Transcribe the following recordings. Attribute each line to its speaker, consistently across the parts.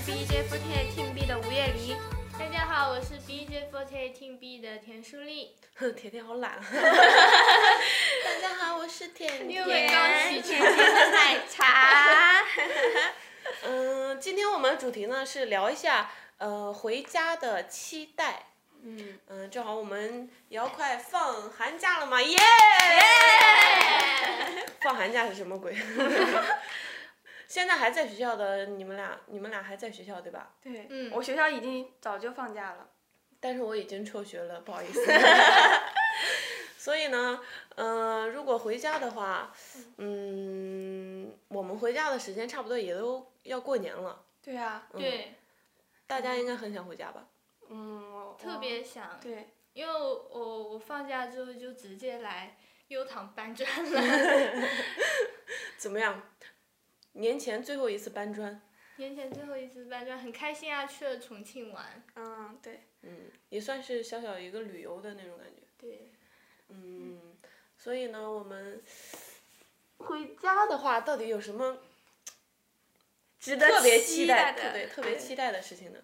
Speaker 1: BJ48 Team B 的吴月黎，
Speaker 2: 大家好，我是 BJ48 Team B 的田舒 丽。
Speaker 1: 甜甜好懒啊，
Speaker 3: 大家好，我是甜
Speaker 2: 因
Speaker 3: 甜。
Speaker 2: 为刚起床
Speaker 1: 甜甜的奶茶。 嗯，今天我们的主题呢是聊一下呃回家的期待。
Speaker 2: 嗯，
Speaker 1: 嗯，正好我们也要快放寒假了嘛，耶！放寒假是什么鬼？ 现在还在学校的你们俩，你们俩还在学校对吧？
Speaker 4: 对，
Speaker 2: 嗯
Speaker 4: 我学校已经早就放假了。
Speaker 1: 但是我已经辍学了，不好意 思。所以呢，嗯，如果回家的话，嗯，我们回家的时间差不多也都要过年了，
Speaker 4: 对啊，
Speaker 2: 对，
Speaker 1: 大家应该很想回家吧？
Speaker 4: 嗯，我
Speaker 2: 特别想，
Speaker 4: 对，
Speaker 2: 因为我我我放假之后就直接来优唐搬砖了。
Speaker 1: 怎么样？年前最后一次搬砖，
Speaker 2: 年前最后一次搬砖，很开心啊，去了重庆玩。
Speaker 4: 嗯，对，
Speaker 1: 嗯，也算是小小一个旅游的那种感觉。
Speaker 2: 对，
Speaker 1: 嗯，所以呢，我们回家的话，到底有什么
Speaker 4: 值得
Speaker 1: 特别
Speaker 4: 期
Speaker 1: 期待、
Speaker 4: 待的，
Speaker 1: 特别特别期待的事情呢？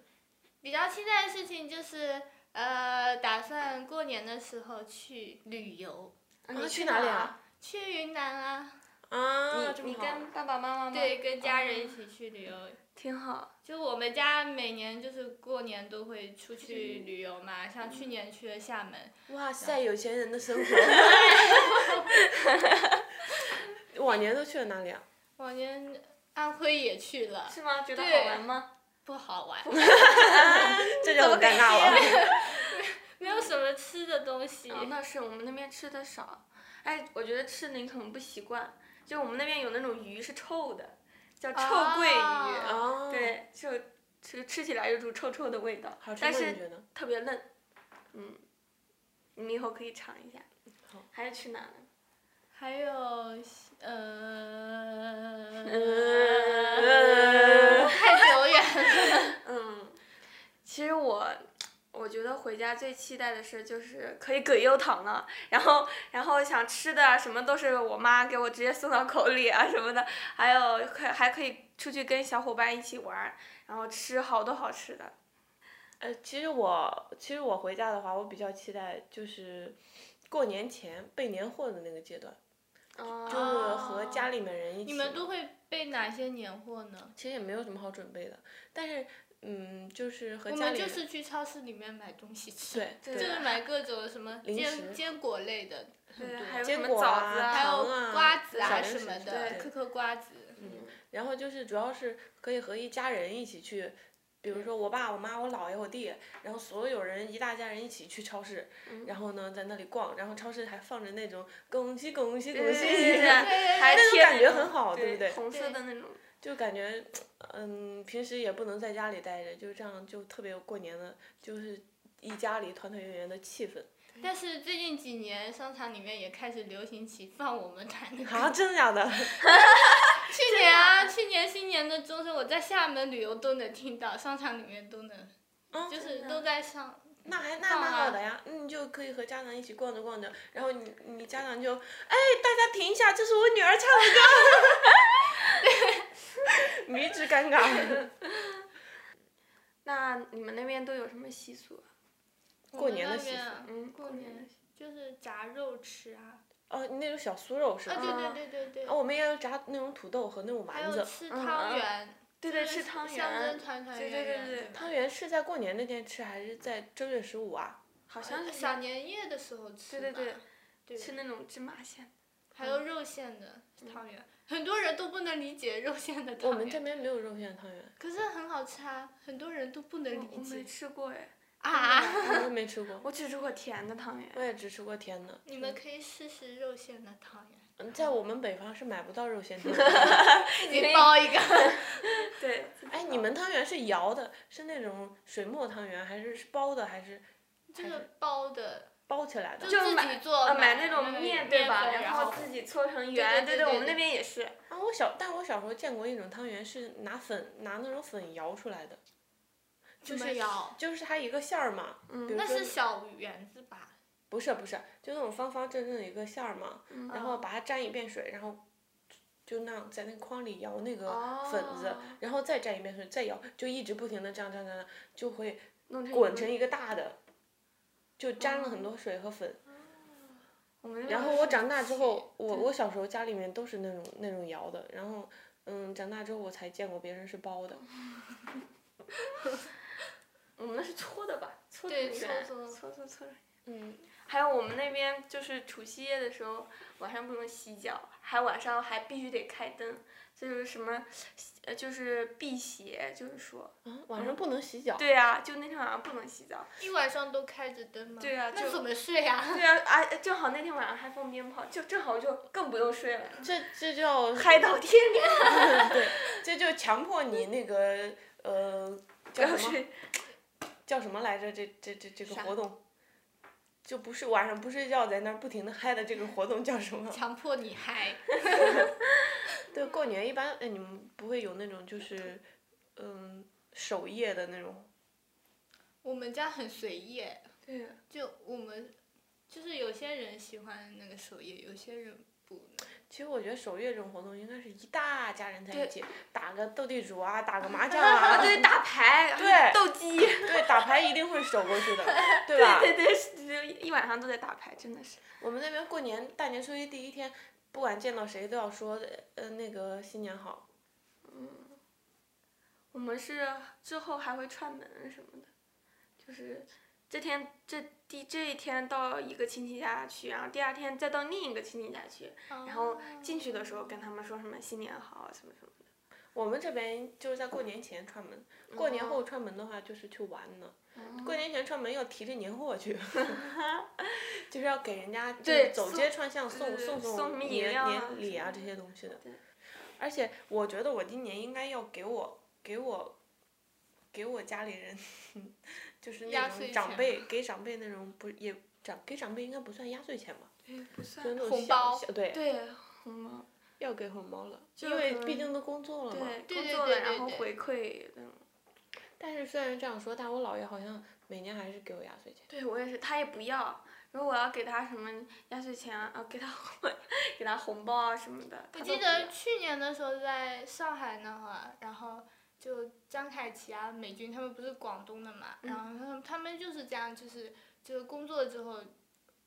Speaker 2: 比较期待的事情就是，呃，打算过年的时候去旅游，
Speaker 1: 啊，去
Speaker 4: 去
Speaker 1: 哪里
Speaker 4: 哪
Speaker 1: 啊？
Speaker 2: 去云南啊，
Speaker 1: 啊，这
Speaker 4: 你
Speaker 1: 么好。
Speaker 4: 跟爸爸妈妈吗？
Speaker 2: 对，，跟家人一起去旅游。
Speaker 4: 挺好。
Speaker 2: 就我们家每年就是过年都会出去旅游嘛，像去年去了厦门，
Speaker 1: 哇塞，有钱人的生活。 往年都去了哪里啊？
Speaker 2: 往年安徽也去了，
Speaker 4: 是吗？觉得
Speaker 2: 对
Speaker 4: 好玩吗？
Speaker 2: 不好玩，
Speaker 1: 这就很尴尬了。
Speaker 2: 没有什么吃的东西。
Speaker 1: 哦
Speaker 4: 啊，那是我们那边吃的少。哎，我觉得吃你可能不习惯，就我们那边有那种鱼是臭的，叫臭鳜鱼。
Speaker 2: 啊
Speaker 1: 哦，，
Speaker 4: 对，就吃吃起来有种臭臭的味道
Speaker 1: 好，吃吗？
Speaker 4: 但
Speaker 1: 你
Speaker 4: 是
Speaker 1: 觉得？
Speaker 4: 特别嫩。嗯，你们以后可以尝一下。
Speaker 1: 好
Speaker 4: 还是去哪呢？
Speaker 2: 还有，呃
Speaker 1: 嗯，
Speaker 2: 太久远了。
Speaker 4: 嗯，其实我我觉得回家最期待的事就是可以葛优躺了，然后然后想吃的啊什么都是我妈给我直接送到口里啊什么的，还有可还可以出去跟小伙伴一起玩儿，然后吃好多好吃的。
Speaker 1: 呃，其实我其实我回家的话，我比较期待就是过年前备年货的那个阶段，就是
Speaker 4: 哦，
Speaker 1: 和家里面人一起。
Speaker 2: 你们都会备哪些年货呢？
Speaker 1: 其实也没有什么好准备的，但是嗯，就是和
Speaker 2: 我
Speaker 1: 家
Speaker 2: 们
Speaker 1: 里
Speaker 2: 就
Speaker 1: 人
Speaker 2: 是去超市里面买东西吃，
Speaker 1: 对
Speaker 4: 对
Speaker 2: 就是买各种什么
Speaker 1: 零食
Speaker 2: 坚坚果类的，很
Speaker 4: 对，
Speaker 2: 多
Speaker 4: 还有什
Speaker 1: 坚
Speaker 4: 么
Speaker 1: 果
Speaker 4: 枣子
Speaker 1: 啊
Speaker 2: 还有
Speaker 1: 糖啊
Speaker 2: 瓜子
Speaker 1: 小
Speaker 2: 啊
Speaker 1: 零
Speaker 2: 什
Speaker 1: 食
Speaker 2: 么
Speaker 1: 之
Speaker 2: 的，
Speaker 1: 类
Speaker 2: 嗑
Speaker 1: 的
Speaker 2: 嗑瓜子。
Speaker 1: 然后就是主要是可以和一家人一起去，比如说我爸、我妈、我姥爷、我弟，然后所有人一大家人一起去超市，然后呢在那里逛，然后超市还放着那种恭喜恭喜恭
Speaker 4: 对
Speaker 1: 喜，
Speaker 4: 对 对，还
Speaker 1: 那种
Speaker 4: 贴
Speaker 1: 感觉
Speaker 4: 那
Speaker 1: 很
Speaker 4: 种
Speaker 1: 好，对不对？
Speaker 4: 红色
Speaker 2: 对
Speaker 4: 的那种，
Speaker 1: 就感觉，嗯，平时也不能在家里待着，就这样就特别有过年的，就是一家里团团圆圆的气氛。
Speaker 2: 但是最近几年，商场里面也开始流行起放我们团的歌。
Speaker 1: 啊，真的假的？
Speaker 2: 去年啊，去年新年的钟声，我在厦门旅游都能听到，商场里面都能，
Speaker 1: 嗯
Speaker 2: 就是
Speaker 4: 哦真的
Speaker 2: 都在上。
Speaker 1: 那还那
Speaker 2: 放
Speaker 1: 蛮
Speaker 2: 啊
Speaker 1: 好的呀，嗯，就可以和家长一起逛着逛着，然后你你家长就，哎，大家停一下，这是我女儿唱的歌， 迷之尴尬。
Speaker 4: 那你们那边都有什么习俗啊？
Speaker 1: 过年的习俗
Speaker 2: 我们那边
Speaker 4: 嗯，
Speaker 2: 过年就是炸肉吃啊，
Speaker 1: 哦，那种小酥肉是
Speaker 2: 啊
Speaker 1: 吧？
Speaker 2: 对对对对
Speaker 1: 啊，
Speaker 2: 对，
Speaker 1: 我们也有炸那种土豆和那种
Speaker 2: 还
Speaker 1: 丸子。
Speaker 2: 有吃
Speaker 4: 哦嗯
Speaker 2: 汤
Speaker 4: 嗯
Speaker 2: 圆，
Speaker 4: 对对，
Speaker 2: 就是
Speaker 4: 吃汤
Speaker 2: 象征
Speaker 4: 圆，
Speaker 2: 团团圆
Speaker 4: 对对
Speaker 2: 圆
Speaker 4: 对对
Speaker 2: 吧
Speaker 1: 汤圆是在过年那天吃，还是在正月十五啊？
Speaker 4: 好像是
Speaker 2: 呃小年夜的时候吃
Speaker 4: 对对
Speaker 2: 吧
Speaker 4: 吃嗯那种芝麻馅。
Speaker 2: 还有肉馅的汤圆，很多人都不能理解肉馅的汤圆。
Speaker 1: 我们这边没有肉馅汤 圆，
Speaker 2: 可是很好吃啊，很多人都不能
Speaker 4: 我
Speaker 2: 理
Speaker 4: 我没
Speaker 2: 解
Speaker 4: 吃过哎，
Speaker 2: 啊。
Speaker 1: 我都没吃过。
Speaker 4: 我只吃过甜的汤圆。
Speaker 1: 我也只吃过甜的，
Speaker 2: 你们可以试试肉馅的汤圆，
Speaker 1: 嗯在我们北方是买不到肉馅汤圆的。
Speaker 2: 自己包一 个。
Speaker 4: 对，
Speaker 1: 哎，你们汤圆是摇的，是那种水磨汤圆，还是是包的，还是
Speaker 2: 这个包的，
Speaker 1: 包起来的？
Speaker 4: 就
Speaker 2: 自己
Speaker 4: 买
Speaker 2: 做
Speaker 4: 啊买
Speaker 2: 哦那
Speaker 4: 那种面对吧？
Speaker 2: 粉
Speaker 4: 然
Speaker 2: 然
Speaker 4: 后自己搓成
Speaker 2: 对
Speaker 4: 圆。
Speaker 2: 对对
Speaker 4: 对，
Speaker 2: 对
Speaker 4: 我们那边也是。
Speaker 1: 啊，我小，但我小时候见过一种汤圆是拿粉拿那种粉摇出来的，就
Speaker 2: 怎么
Speaker 1: 是
Speaker 2: 摇
Speaker 1: 就是它一个馅儿嘛，比
Speaker 4: 嗯
Speaker 1: 如
Speaker 2: 那
Speaker 1: 说
Speaker 2: 是小圆子吧？
Speaker 1: 不是不是，就那种方方正正的一个馅儿嘛，
Speaker 4: 嗯
Speaker 1: 然后把它沾一遍水，然后就就那样在那个筐里摇那个
Speaker 4: 哦
Speaker 1: 粉子，然后再蘸一遍水，再摇，就一直不停的这样这样这样，就会
Speaker 4: 弄成
Speaker 1: 滚
Speaker 4: 一
Speaker 1: 成
Speaker 4: 个
Speaker 1: 一个大的，就沾了很多水和粉。
Speaker 4: 哦我们那
Speaker 1: 然
Speaker 4: 边
Speaker 1: 后
Speaker 4: 是
Speaker 1: 我长大之后，
Speaker 4: 对
Speaker 1: 我我小时候家里面都是那种那种摇的，然后嗯，长大之后我才见过别人是包
Speaker 4: 哦
Speaker 1: 的。
Speaker 4: 我们那是搓的吧，搓
Speaker 2: 对搓
Speaker 4: 成圆
Speaker 2: 搓
Speaker 4: 搓搓搓成。
Speaker 1: 嗯，
Speaker 4: 还有我们那边就是除夕夜的时候，晚上不能洗脚，还晚上还必须得开灯，就是什么，呃，就是辟邪，就是说，
Speaker 1: 啊，晚上不能洗脚。
Speaker 4: 嗯对呀、就那天晚上不能洗澡，
Speaker 2: 一晚上都开着灯吗？
Speaker 4: 对啊
Speaker 2: 那
Speaker 4: 就
Speaker 2: 怎么睡呀、
Speaker 4: 对呀、啊，正好那天晚上还放鞭炮，就正好就更不用睡了，
Speaker 1: 这这叫
Speaker 4: 嗨到天亮，
Speaker 1: 对，这就强迫你那个呃
Speaker 4: 不
Speaker 1: 叫
Speaker 4: 要
Speaker 1: 什么
Speaker 4: 睡，
Speaker 1: 叫什么来着？这这这这个
Speaker 2: 啥
Speaker 1: 活动，就不是晚上不睡觉在那儿不停的嗨的这个活动叫什
Speaker 4: 嗯
Speaker 1: 么？
Speaker 2: 强迫你嗨，
Speaker 1: 对，过年一般哎，你们不会有那种就是嗯守夜的那种
Speaker 2: 我们家很随意，
Speaker 4: 对，
Speaker 2: 就我们就是有些人喜欢那个守夜，有些人不。
Speaker 1: 其实我觉得守夜这种活动应该是一大家人在
Speaker 4: 对
Speaker 1: 一起打个斗地主啊，打个麻将啊，
Speaker 4: 对，打牌，
Speaker 1: 对
Speaker 4: 斗 鸡，
Speaker 1: 对打牌一定会守过 去的，对吧？
Speaker 4: 对对对，是一晚上都在打牌，真的是，
Speaker 1: 我们那边过年大年初一第一天，不管见到谁都要说呃那个新年好，
Speaker 4: 我们是之后还会串门什么的，就是这天这第这一天到一个亲戚家去，然后第二天再到另一个亲戚家去，
Speaker 2: 然
Speaker 4: 然后进去的时候跟他们说什么新年好啊什么什么的。
Speaker 1: 我们这边就是在过年前串门，过年
Speaker 4: 哦
Speaker 1: 后串门的话就是去玩呢。过年前串门要提着年货 去， 就是要给人家就是
Speaker 4: 对
Speaker 1: 走
Speaker 4: 送
Speaker 1: 街串巷送
Speaker 4: 对对
Speaker 1: 送
Speaker 4: 送什么饮
Speaker 1: 年
Speaker 4: 料啊
Speaker 1: 年礼啊这
Speaker 4: 什么
Speaker 1: 些东西的
Speaker 4: 对。
Speaker 1: 而且我觉得我今年应该要给我给我给我家里人， 就是
Speaker 2: 压
Speaker 1: 那
Speaker 2: 岁
Speaker 1: 种
Speaker 2: 钱
Speaker 1: 长
Speaker 4: 啊
Speaker 1: 辈给长辈那种不也长给长辈应该不算压岁钱吧，
Speaker 4: 对，不算
Speaker 1: 就是那种
Speaker 2: 红
Speaker 1: 小
Speaker 2: 包
Speaker 1: 小对
Speaker 4: 对红包，
Speaker 1: 要给红包了，
Speaker 4: 就
Speaker 1: 因为
Speaker 4: 可能
Speaker 1: 毕竟都工作了嘛。
Speaker 4: 对，
Speaker 2: 对
Speaker 4: 工
Speaker 2: 对
Speaker 4: 作
Speaker 2: 对
Speaker 4: 了然
Speaker 2: 对
Speaker 4: 后
Speaker 2: 对
Speaker 4: 回馈那种。
Speaker 1: 但是虽然这样说，但我姥爷好像每年还是给我压岁钱。
Speaker 4: 对我也是，他也不要。如果我要给他什么压岁钱啊，啊给他 给他红包啊什么的，
Speaker 2: 我
Speaker 4: 他
Speaker 2: 记
Speaker 4: 都不
Speaker 2: 得
Speaker 4: 要
Speaker 2: 去年的时候在上海那会儿，然后就张凯琪啊、美军他们不是广东的嘛，然后他们他们就是这样，就是就是工作之后，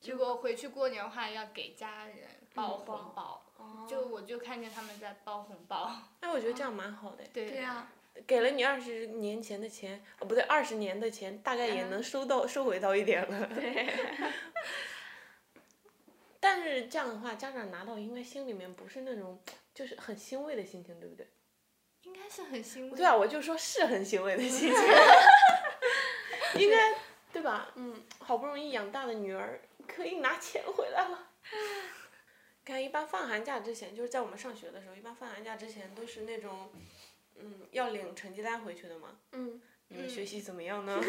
Speaker 2: 如果回去过年的话，要给家人包
Speaker 4: 红包
Speaker 2: 红包。
Speaker 4: 哦
Speaker 2: 就我就看见他们在包红包，
Speaker 1: 哎，我觉得这样蛮好的，
Speaker 2: 对
Speaker 4: 对啊呀、
Speaker 1: 给了你二十年前的钱，哦不对，二十年的钱，大概也能收到收回到一点了。
Speaker 4: 对。
Speaker 1: 但是这样的话，家长拿到应该心里面不是那种就是很欣慰的心情，对不对？
Speaker 2: 应该是很欣慰。
Speaker 1: 对啊，我就说是很欣慰的心情，应该对吧？
Speaker 4: 嗯，
Speaker 1: 好不容易养大的女儿可以拿钱回来了。看，一般放寒假之前，就是在我们上学的时候，一般放寒假之前都是那种，嗯，要领成绩单回去的嘛。
Speaker 4: 嗯，
Speaker 1: 你们
Speaker 2: 嗯
Speaker 1: 学习怎么样呢？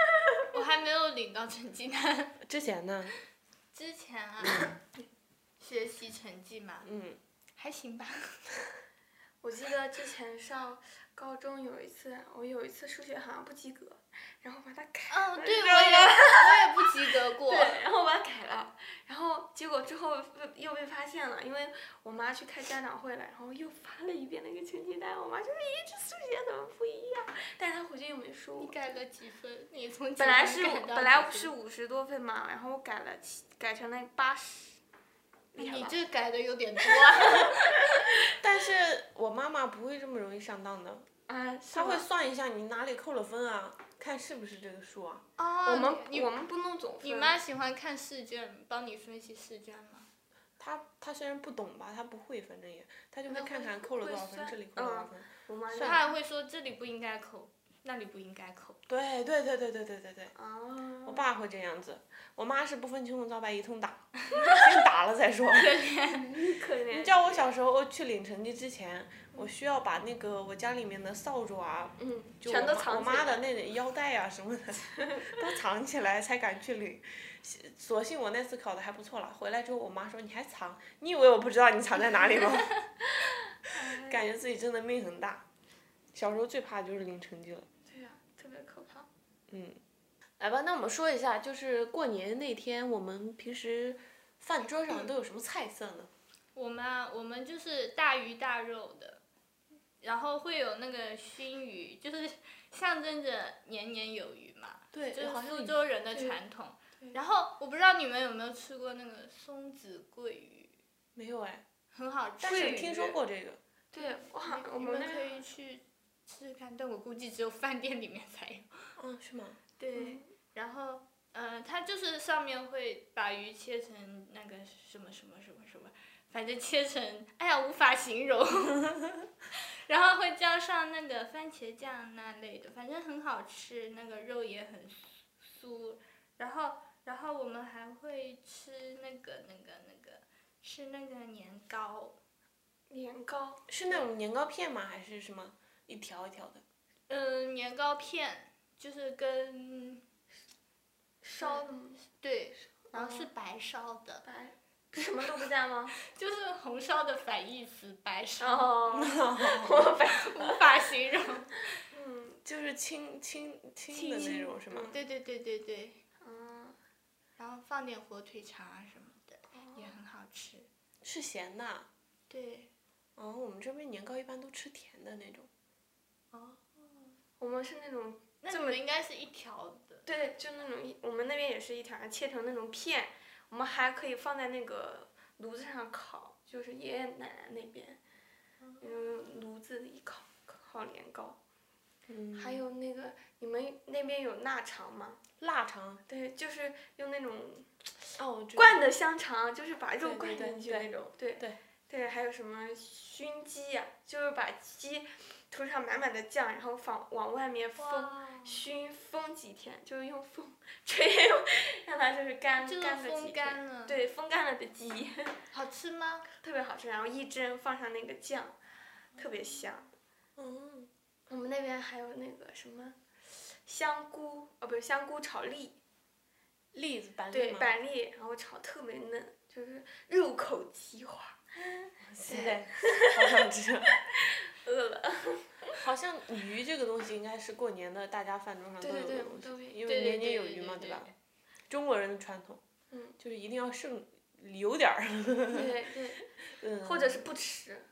Speaker 2: 我还没有领到成绩单
Speaker 1: 之前呢？
Speaker 2: 之前啊，学习成绩嘛
Speaker 1: 嗯，
Speaker 2: 还行吧，
Speaker 4: 我记得之前上高中有一次，我有一次数学好像不及格，然后把它改，
Speaker 2: 嗯，对，我
Speaker 4: 然后
Speaker 2: 也我也不及格过。
Speaker 4: 对， 然后把它改了，然后结果之后又又被发现了，因为我妈去开家长会了，然后又发了一遍那个成绩单，我妈就说：“咦，这数学怎么不一样？”但是她回去又没说
Speaker 2: 你
Speaker 4: 我。
Speaker 2: 改了几分？你从几
Speaker 4: 本来
Speaker 2: 分
Speaker 4: 是
Speaker 2: 改
Speaker 4: 五
Speaker 2: 到
Speaker 4: 本来
Speaker 2: 几
Speaker 4: 是
Speaker 2: 分，
Speaker 4: 五十多分嘛，然后我改了七，改成了八十，厉害
Speaker 2: 你
Speaker 4: 吧？
Speaker 2: 这改的有点多啊。
Speaker 1: 但是我妈妈不会这么容易上当的，
Speaker 4: 啊，
Speaker 1: 她会
Speaker 4: 是吗
Speaker 1: 算一下你哪里扣了分啊，看是不是这个数啊。
Speaker 2: 哦
Speaker 4: 我们
Speaker 2: 你
Speaker 4: 我们不弄总分。
Speaker 2: 你妈喜欢看试卷，帮你分析试卷吗？
Speaker 1: 她她虽然不懂吧，她不会，反正也，她就会
Speaker 4: 那
Speaker 1: 看
Speaker 4: 会
Speaker 1: 看扣了
Speaker 4: 会
Speaker 1: 多少分，
Speaker 4: 算嗯
Speaker 1: 这里扣了多少分。
Speaker 4: 我妈就
Speaker 2: 她还会说这里不应该扣，那里不应该扣。
Speaker 1: 对对对对对对对对，
Speaker 4: 啊，
Speaker 1: 我爸会这样子，我妈是不分青红皂白一通打， 先打了再 说。
Speaker 4: 可怜
Speaker 1: 你知道我小时候去领成绩之前，我需要把那个我家里面的扫帚啊，
Speaker 4: 嗯，
Speaker 1: 就
Speaker 4: 全
Speaker 1: 我
Speaker 4: 都
Speaker 1: 妈
Speaker 4: 藏
Speaker 1: 我
Speaker 4: 起
Speaker 1: 妈
Speaker 4: 来
Speaker 1: 的那种腰带啊什么的， 都藏起来才敢去领。所幸我那次考的还不错了，回来之后我妈说你还藏，你以为我不知道你藏在哪里吗？ 感觉自己真的命很大。小时候最怕的就是领成绩了。
Speaker 4: 对呀、特别可怕。
Speaker 1: 来吧，那我们说一下，就是过年那天我们平时饭桌上都有什么菜色呢？
Speaker 2: 我们啊，我们就是大鱼大肉的，然后会有那个熏鱼，就是象征着年年有余嘛，
Speaker 1: 对，
Speaker 2: 就是
Speaker 1: 好像
Speaker 2: 苏
Speaker 1: 你
Speaker 2: 州人的
Speaker 3: 对
Speaker 2: 传统
Speaker 3: 对。
Speaker 2: 然后我不知道你们有没有吃过那个松子桂鱼，
Speaker 1: 没有哎，
Speaker 2: 很好吃。
Speaker 1: 但是听说过这个。
Speaker 4: 对，哇，我
Speaker 2: 你
Speaker 4: 们
Speaker 2: 们
Speaker 4: 那
Speaker 2: 可
Speaker 4: 边
Speaker 2: 以去试试看，但我估计只有饭店里面才有。
Speaker 1: 嗯，是吗？
Speaker 2: 对，然后呃，它就是上面会把鱼切成那个什么什么什么什么，反正切成，哎呀，无法形容。 然后会浇上那个番茄酱那类的，反正很好吃，那个肉也很酥。然后，然后我们还会吃那个那个那个，吃那个年糕。
Speaker 4: 年糕，
Speaker 1: 是那种年糕片吗？还是什么一条一条的？
Speaker 2: 嗯，年糕片就是跟
Speaker 4: 烧的吗
Speaker 2: 对，然后是白烧的，
Speaker 4: 白，什么都不加 吗？
Speaker 2: 就是红烧的反义词，白烧、
Speaker 4: 哦，我白，
Speaker 2: 无法形容。
Speaker 4: 嗯
Speaker 1: 就是清清清的
Speaker 2: 清
Speaker 1: 那种是吗？
Speaker 2: 对对对对对，
Speaker 4: 嗯，
Speaker 2: 然后放点火腿肠啊什么的，
Speaker 4: 嗯
Speaker 2: 也很好吃。
Speaker 1: 是咸的。
Speaker 2: 对，
Speaker 1: 哦，我们这边年糕一般都吃甜的那种。
Speaker 2: 哦
Speaker 4: 我们是那种，
Speaker 2: 那你们应该是一条的。
Speaker 4: 对，就那种一，我们那边也是一条，切成那种片，我们还可以放在那个炉子上烤，就是爷爷奶奶那边，嗯，炉子里烤烤年糕，
Speaker 1: 嗯。
Speaker 4: 还有那个你们那边有腊肠吗？
Speaker 1: 腊肠。
Speaker 4: 对，就是用那种
Speaker 1: 哦，我知道。
Speaker 4: 灌的香肠，就是把肉
Speaker 1: 对
Speaker 4: 灌
Speaker 1: 对
Speaker 4: 进去
Speaker 1: 对
Speaker 4: 那种，对
Speaker 1: 对
Speaker 4: 对还有什么熏鸡呀、就是把鸡涂上满满的酱，然后放往外面封熏封几天，就是用风吹，让它就是干
Speaker 2: 就是
Speaker 4: 干个几
Speaker 2: 风
Speaker 4: 天。
Speaker 2: 干了。，
Speaker 4: 对，风干了的鸡
Speaker 2: 好吃吗？
Speaker 4: 特别好吃，然后一蒸放上那个酱，特别香。
Speaker 1: 嗯。
Speaker 4: 我们那边还有那个什么香菇，哦，不是香菇炒栗，
Speaker 1: 栗子板栗
Speaker 4: 啊对，
Speaker 1: 吗？
Speaker 4: 板栗，然后炒特别嫩，就是入口即化。
Speaker 1: 现 在好想吃。
Speaker 4: 饿了。
Speaker 1: 好像鱼这个东西应该是过年的大家饭桌上都
Speaker 4: 对对
Speaker 1: 有
Speaker 4: 对
Speaker 1: 的
Speaker 4: 我们都
Speaker 1: 东
Speaker 4: 会
Speaker 1: 西，因
Speaker 2: 对
Speaker 1: 为
Speaker 2: 对
Speaker 1: 年年
Speaker 2: 对
Speaker 1: 有
Speaker 2: 对
Speaker 1: 余
Speaker 2: 对
Speaker 1: 嘛，
Speaker 2: 对
Speaker 1: 吧？中国人的传统，
Speaker 4: 嗯
Speaker 1: 就是一定要剩留点 儿，
Speaker 4: 对对，
Speaker 1: 嗯，
Speaker 4: 或者是不吃，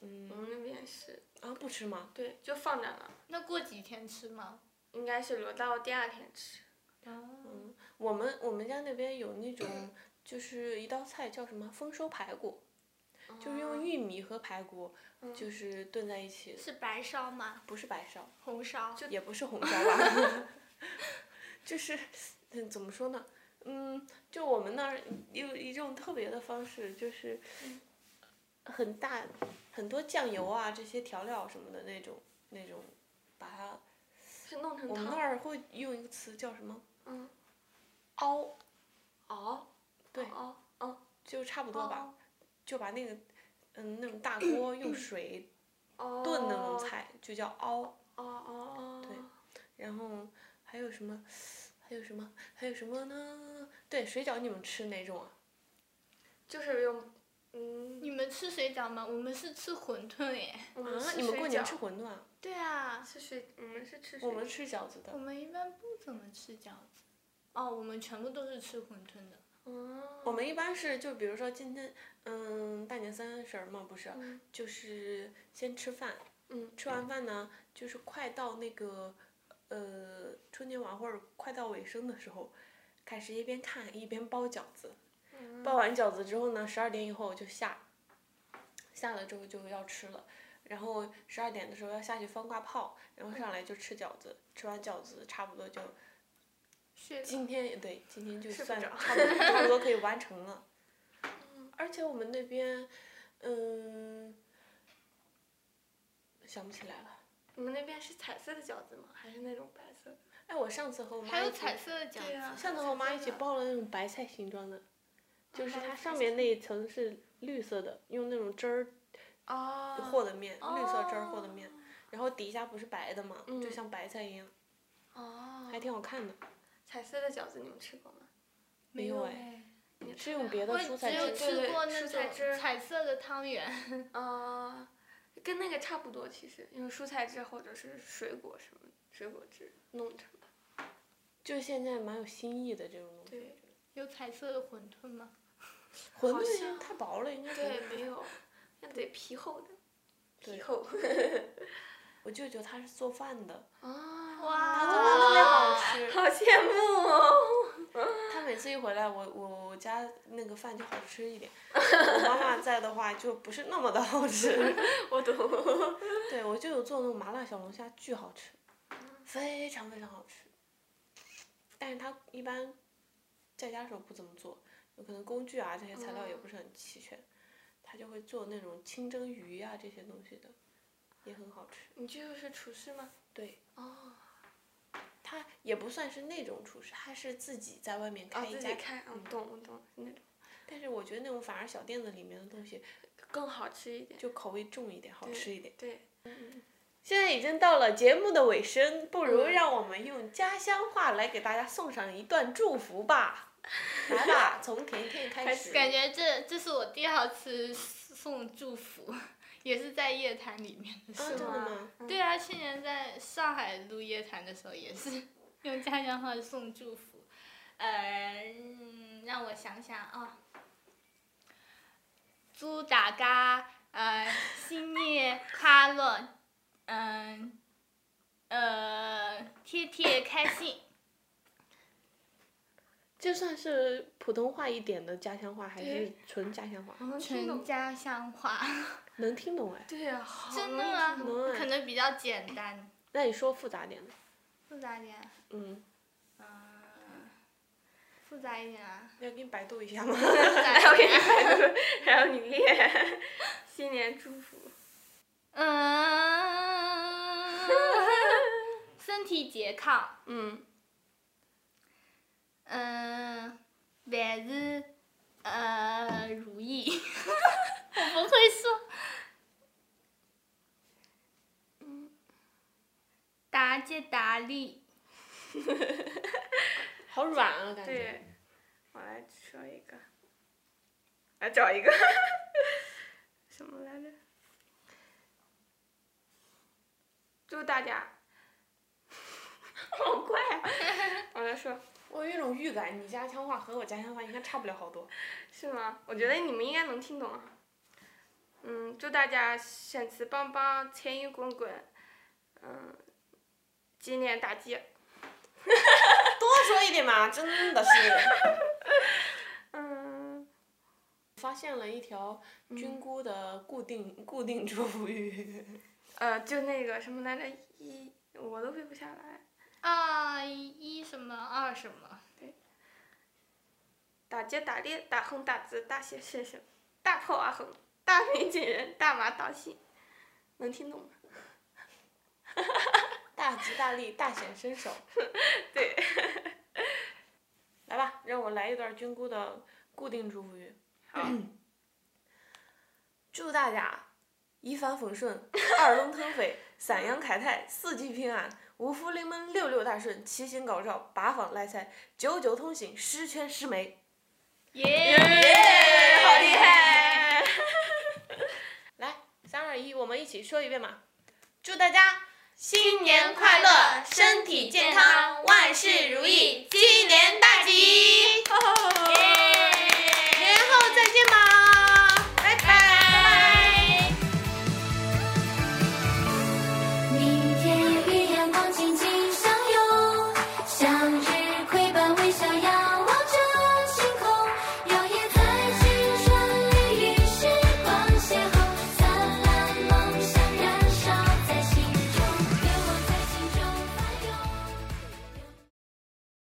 Speaker 4: 我
Speaker 1: 嗯
Speaker 4: 们那边是，
Speaker 1: 啊不吃吗？
Speaker 4: 对，就放那了，
Speaker 2: 那过几天吃吗？
Speaker 4: 应该是留到第二天吃。
Speaker 2: 嗯，
Speaker 1: 嗯，我们我们家那边有那种，就是一道菜叫什么丰收排骨，就是用
Speaker 2: 嗯哦
Speaker 1: 玉米和排骨
Speaker 4: 嗯
Speaker 1: 就是炖在一起，
Speaker 2: 是白烧吗？
Speaker 1: 不是白 烧，
Speaker 2: 红烧？
Speaker 1: 也不是红烧吧， 就是嗯怎么说呢？嗯，就我们那儿有一种特别的方式，就是很大很多酱油啊这些调料什么的那种那种，把它
Speaker 4: 是弄成
Speaker 1: 我们那
Speaker 4: 汤。
Speaker 1: 儿嗯会用一个词叫什么
Speaker 4: 嗯，
Speaker 1: 熬。
Speaker 4: 熬。
Speaker 1: 对
Speaker 4: 熬。哦
Speaker 1: 就差不多吧，就把那个嗯那种大锅用水
Speaker 4: 哦。
Speaker 1: 炖的那种。菜就叫熬，
Speaker 4: 哦哦哦。
Speaker 1: 对然后还有什么还有什么还有什么呢？对，水饺你们吃哪种啊？
Speaker 4: 就是用，嗯，
Speaker 2: 你们吃水饺吗？我们是吃馄饨耶。
Speaker 4: 我们
Speaker 1: 啊，
Speaker 4: 是
Speaker 1: 你们
Speaker 4: 水
Speaker 1: 过年
Speaker 4: 饺
Speaker 1: 吃馄饨啊？
Speaker 2: 对啊，
Speaker 4: 吃水，我们是吃水。
Speaker 1: 我们吃饺子
Speaker 2: 我
Speaker 1: 的，
Speaker 2: 们一般不怎么吃饺子，哦，我们全部都是吃馄饨的。
Speaker 4: 哦。
Speaker 1: 我们一般是就比如说今天嗯大年三十儿嘛，不是
Speaker 4: 嗯
Speaker 1: 就是先吃饭，
Speaker 4: 嗯
Speaker 1: 吃完饭呢就是快到那个呃春节晚会儿快到尾声的时候，开始一边看一边包饺子。
Speaker 4: 嗯
Speaker 1: 包完饺子之后呢，十二点以后就下，下了之后就要吃了，然后十二点的时候要下去放挂炮，然后上来就吃饺子，吃完饺子差不多就
Speaker 2: 睡了
Speaker 1: 今天对今天就
Speaker 4: 睡不
Speaker 1: 算
Speaker 4: 着嗯
Speaker 1: 差不多差不多可以完成了， 而且我们那边，嗯，想不起来了。
Speaker 4: 你们那边是彩色的饺子吗？还是那种白色的？
Speaker 1: 哎，我上次和我妈
Speaker 2: 还有
Speaker 1: 一起
Speaker 2: 彩色的饺
Speaker 4: 呀
Speaker 2: 子，
Speaker 1: 上次和我妈一起包了那种白菜形状的，
Speaker 4: 啊
Speaker 1: 就是它上面那一层是绿色的，用那种汁儿
Speaker 4: 哦。
Speaker 1: 和的面，绿色汁儿和的面
Speaker 4: 哦，
Speaker 1: 然后底下不是白的嘛，就
Speaker 4: 嗯
Speaker 1: 像白菜一样，
Speaker 4: 哦。
Speaker 1: 还挺好看的。
Speaker 4: 彩色的饺子你们吃过吗？
Speaker 1: 没有哎，
Speaker 2: 哎，
Speaker 1: 是用别的
Speaker 2: 我
Speaker 1: 蔬菜
Speaker 2: 只有
Speaker 1: 汁，
Speaker 4: 对
Speaker 2: 吃
Speaker 4: 对
Speaker 2: 过那
Speaker 4: 蔬菜汁
Speaker 2: 种彩色的汤圆。
Speaker 4: 啊，跟那个差不多，其实用蔬菜汁或者是水果什么水果汁弄成的。
Speaker 1: 就是现在蛮有新意的这种东西。
Speaker 4: 对，
Speaker 2: 有彩色的馄饨吗？
Speaker 1: 馄
Speaker 4: 好
Speaker 1: 饨
Speaker 4: 像
Speaker 1: 太薄了，应该
Speaker 4: 对，
Speaker 1: 不
Speaker 4: 没
Speaker 1: 太
Speaker 4: 有，那得皮厚的，皮
Speaker 1: 对
Speaker 4: 厚。
Speaker 1: 我舅舅他是做饭的，
Speaker 4: 啊，
Speaker 1: 他做饭特别好
Speaker 2: 哇
Speaker 1: 吃。
Speaker 4: 好羡慕哦！
Speaker 1: 他每次一回来，我我我家那个饭就好吃 一点，我妈妈在的话就不是那么的好吃。
Speaker 4: 我懂。
Speaker 1: 对我舅舅做那种麻辣小龙虾巨好吃，非常非常好吃。但是他一般在家的时候不怎么做，有可能工具啊这些材料也不是很齐全，他就会做那种清蒸鱼呀、这些东西的，也很好吃。
Speaker 4: 你舅舅是厨师吗？
Speaker 1: 对
Speaker 4: 哦，
Speaker 1: 他也不算是那种厨师，他是自己在外面
Speaker 4: 哦，
Speaker 1: 开一
Speaker 4: 自
Speaker 1: 家
Speaker 4: 己开，嗯，懂我懂，那种
Speaker 1: 但是我觉得那种反而小店子里面的东西
Speaker 4: 更好吃一点。
Speaker 1: 就口味重一点，好
Speaker 4: 对
Speaker 1: 吃一点。
Speaker 4: 对，
Speaker 1: 现在已经到了节目的尾声，不如
Speaker 4: 嗯
Speaker 1: 让我们用家乡话来给大家送上一段祝福吧。来 吧，从甜甜开始。啊
Speaker 2: 感觉这这是我第二次送祝福，也是在夜谈里面的
Speaker 1: 啊，真
Speaker 2: 时
Speaker 1: 的
Speaker 2: 候。
Speaker 1: 吗？
Speaker 4: 嗯
Speaker 2: 对啊，去年在上海录夜谈的时候也是用家乡话送祝福，呃，嗯让我想想啊，祝大家呃新年快乐，嗯、呃，天天开心。
Speaker 1: 这算是普通话一点的家乡话，还是
Speaker 4: 对
Speaker 1: 纯家乡话？
Speaker 4: 能听
Speaker 2: 纯
Speaker 4: 懂。
Speaker 2: 家乡话，
Speaker 1: 能听懂哎。
Speaker 4: 对呀，好
Speaker 2: 真的啊
Speaker 4: 容易
Speaker 2: 吗
Speaker 4: 听懂
Speaker 1: 能哎
Speaker 2: 可能比较简单，
Speaker 1: 那你说复杂点的。
Speaker 2: 复杂点，
Speaker 1: 嗯，
Speaker 2: 嗯、复杂一点啊，
Speaker 1: 要给你百度一下吗？
Speaker 2: 复杂一点。啊
Speaker 4: 还有你练， 新年祝福。
Speaker 2: 嗯，身体健康，
Speaker 4: 嗯，
Speaker 2: 嗯，万事呃如意。我不会说。大吉大利，
Speaker 1: 好软啊，感觉。
Speaker 4: 对，我来说一个，来找一个， 什么来着？祝大家，好快啊！我来说，
Speaker 1: 我有一种预感，你家乡话和我家乡话应该差不了好多。
Speaker 4: 是吗？我觉得你们应该能听懂啊。嗯，祝大家身体棒棒，财运滚滚，嗯，鸡年大吉。
Speaker 1: 多说一点嘛，真的是。
Speaker 4: 嗯，
Speaker 1: 发现了一条菌菇的固定、固定祝福语，
Speaker 4: 呃，就那个什么来着，一我都背不下来。
Speaker 2: 啊一什么二什么，
Speaker 4: 打劫打猎打横打直打斜射手，大炮啊横，大内紧人大马当心，能听懂吗？
Speaker 1: 大吉大利，大显身手。
Speaker 4: 对，
Speaker 1: 来吧，让我来一段菌菇的固定祝福语。
Speaker 4: 好，
Speaker 1: 祝大家一帆风顺，二龙腾飞，三阳开泰，四季平安，五福临门，六六大顺，七星高照，八方来财，九九同心，十全十美。
Speaker 2: 耶、
Speaker 4: 好厉害！
Speaker 1: 来，三二一，我们一起说一遍嘛！祝大家新
Speaker 3: 新年快乐，身体健康，万事如意，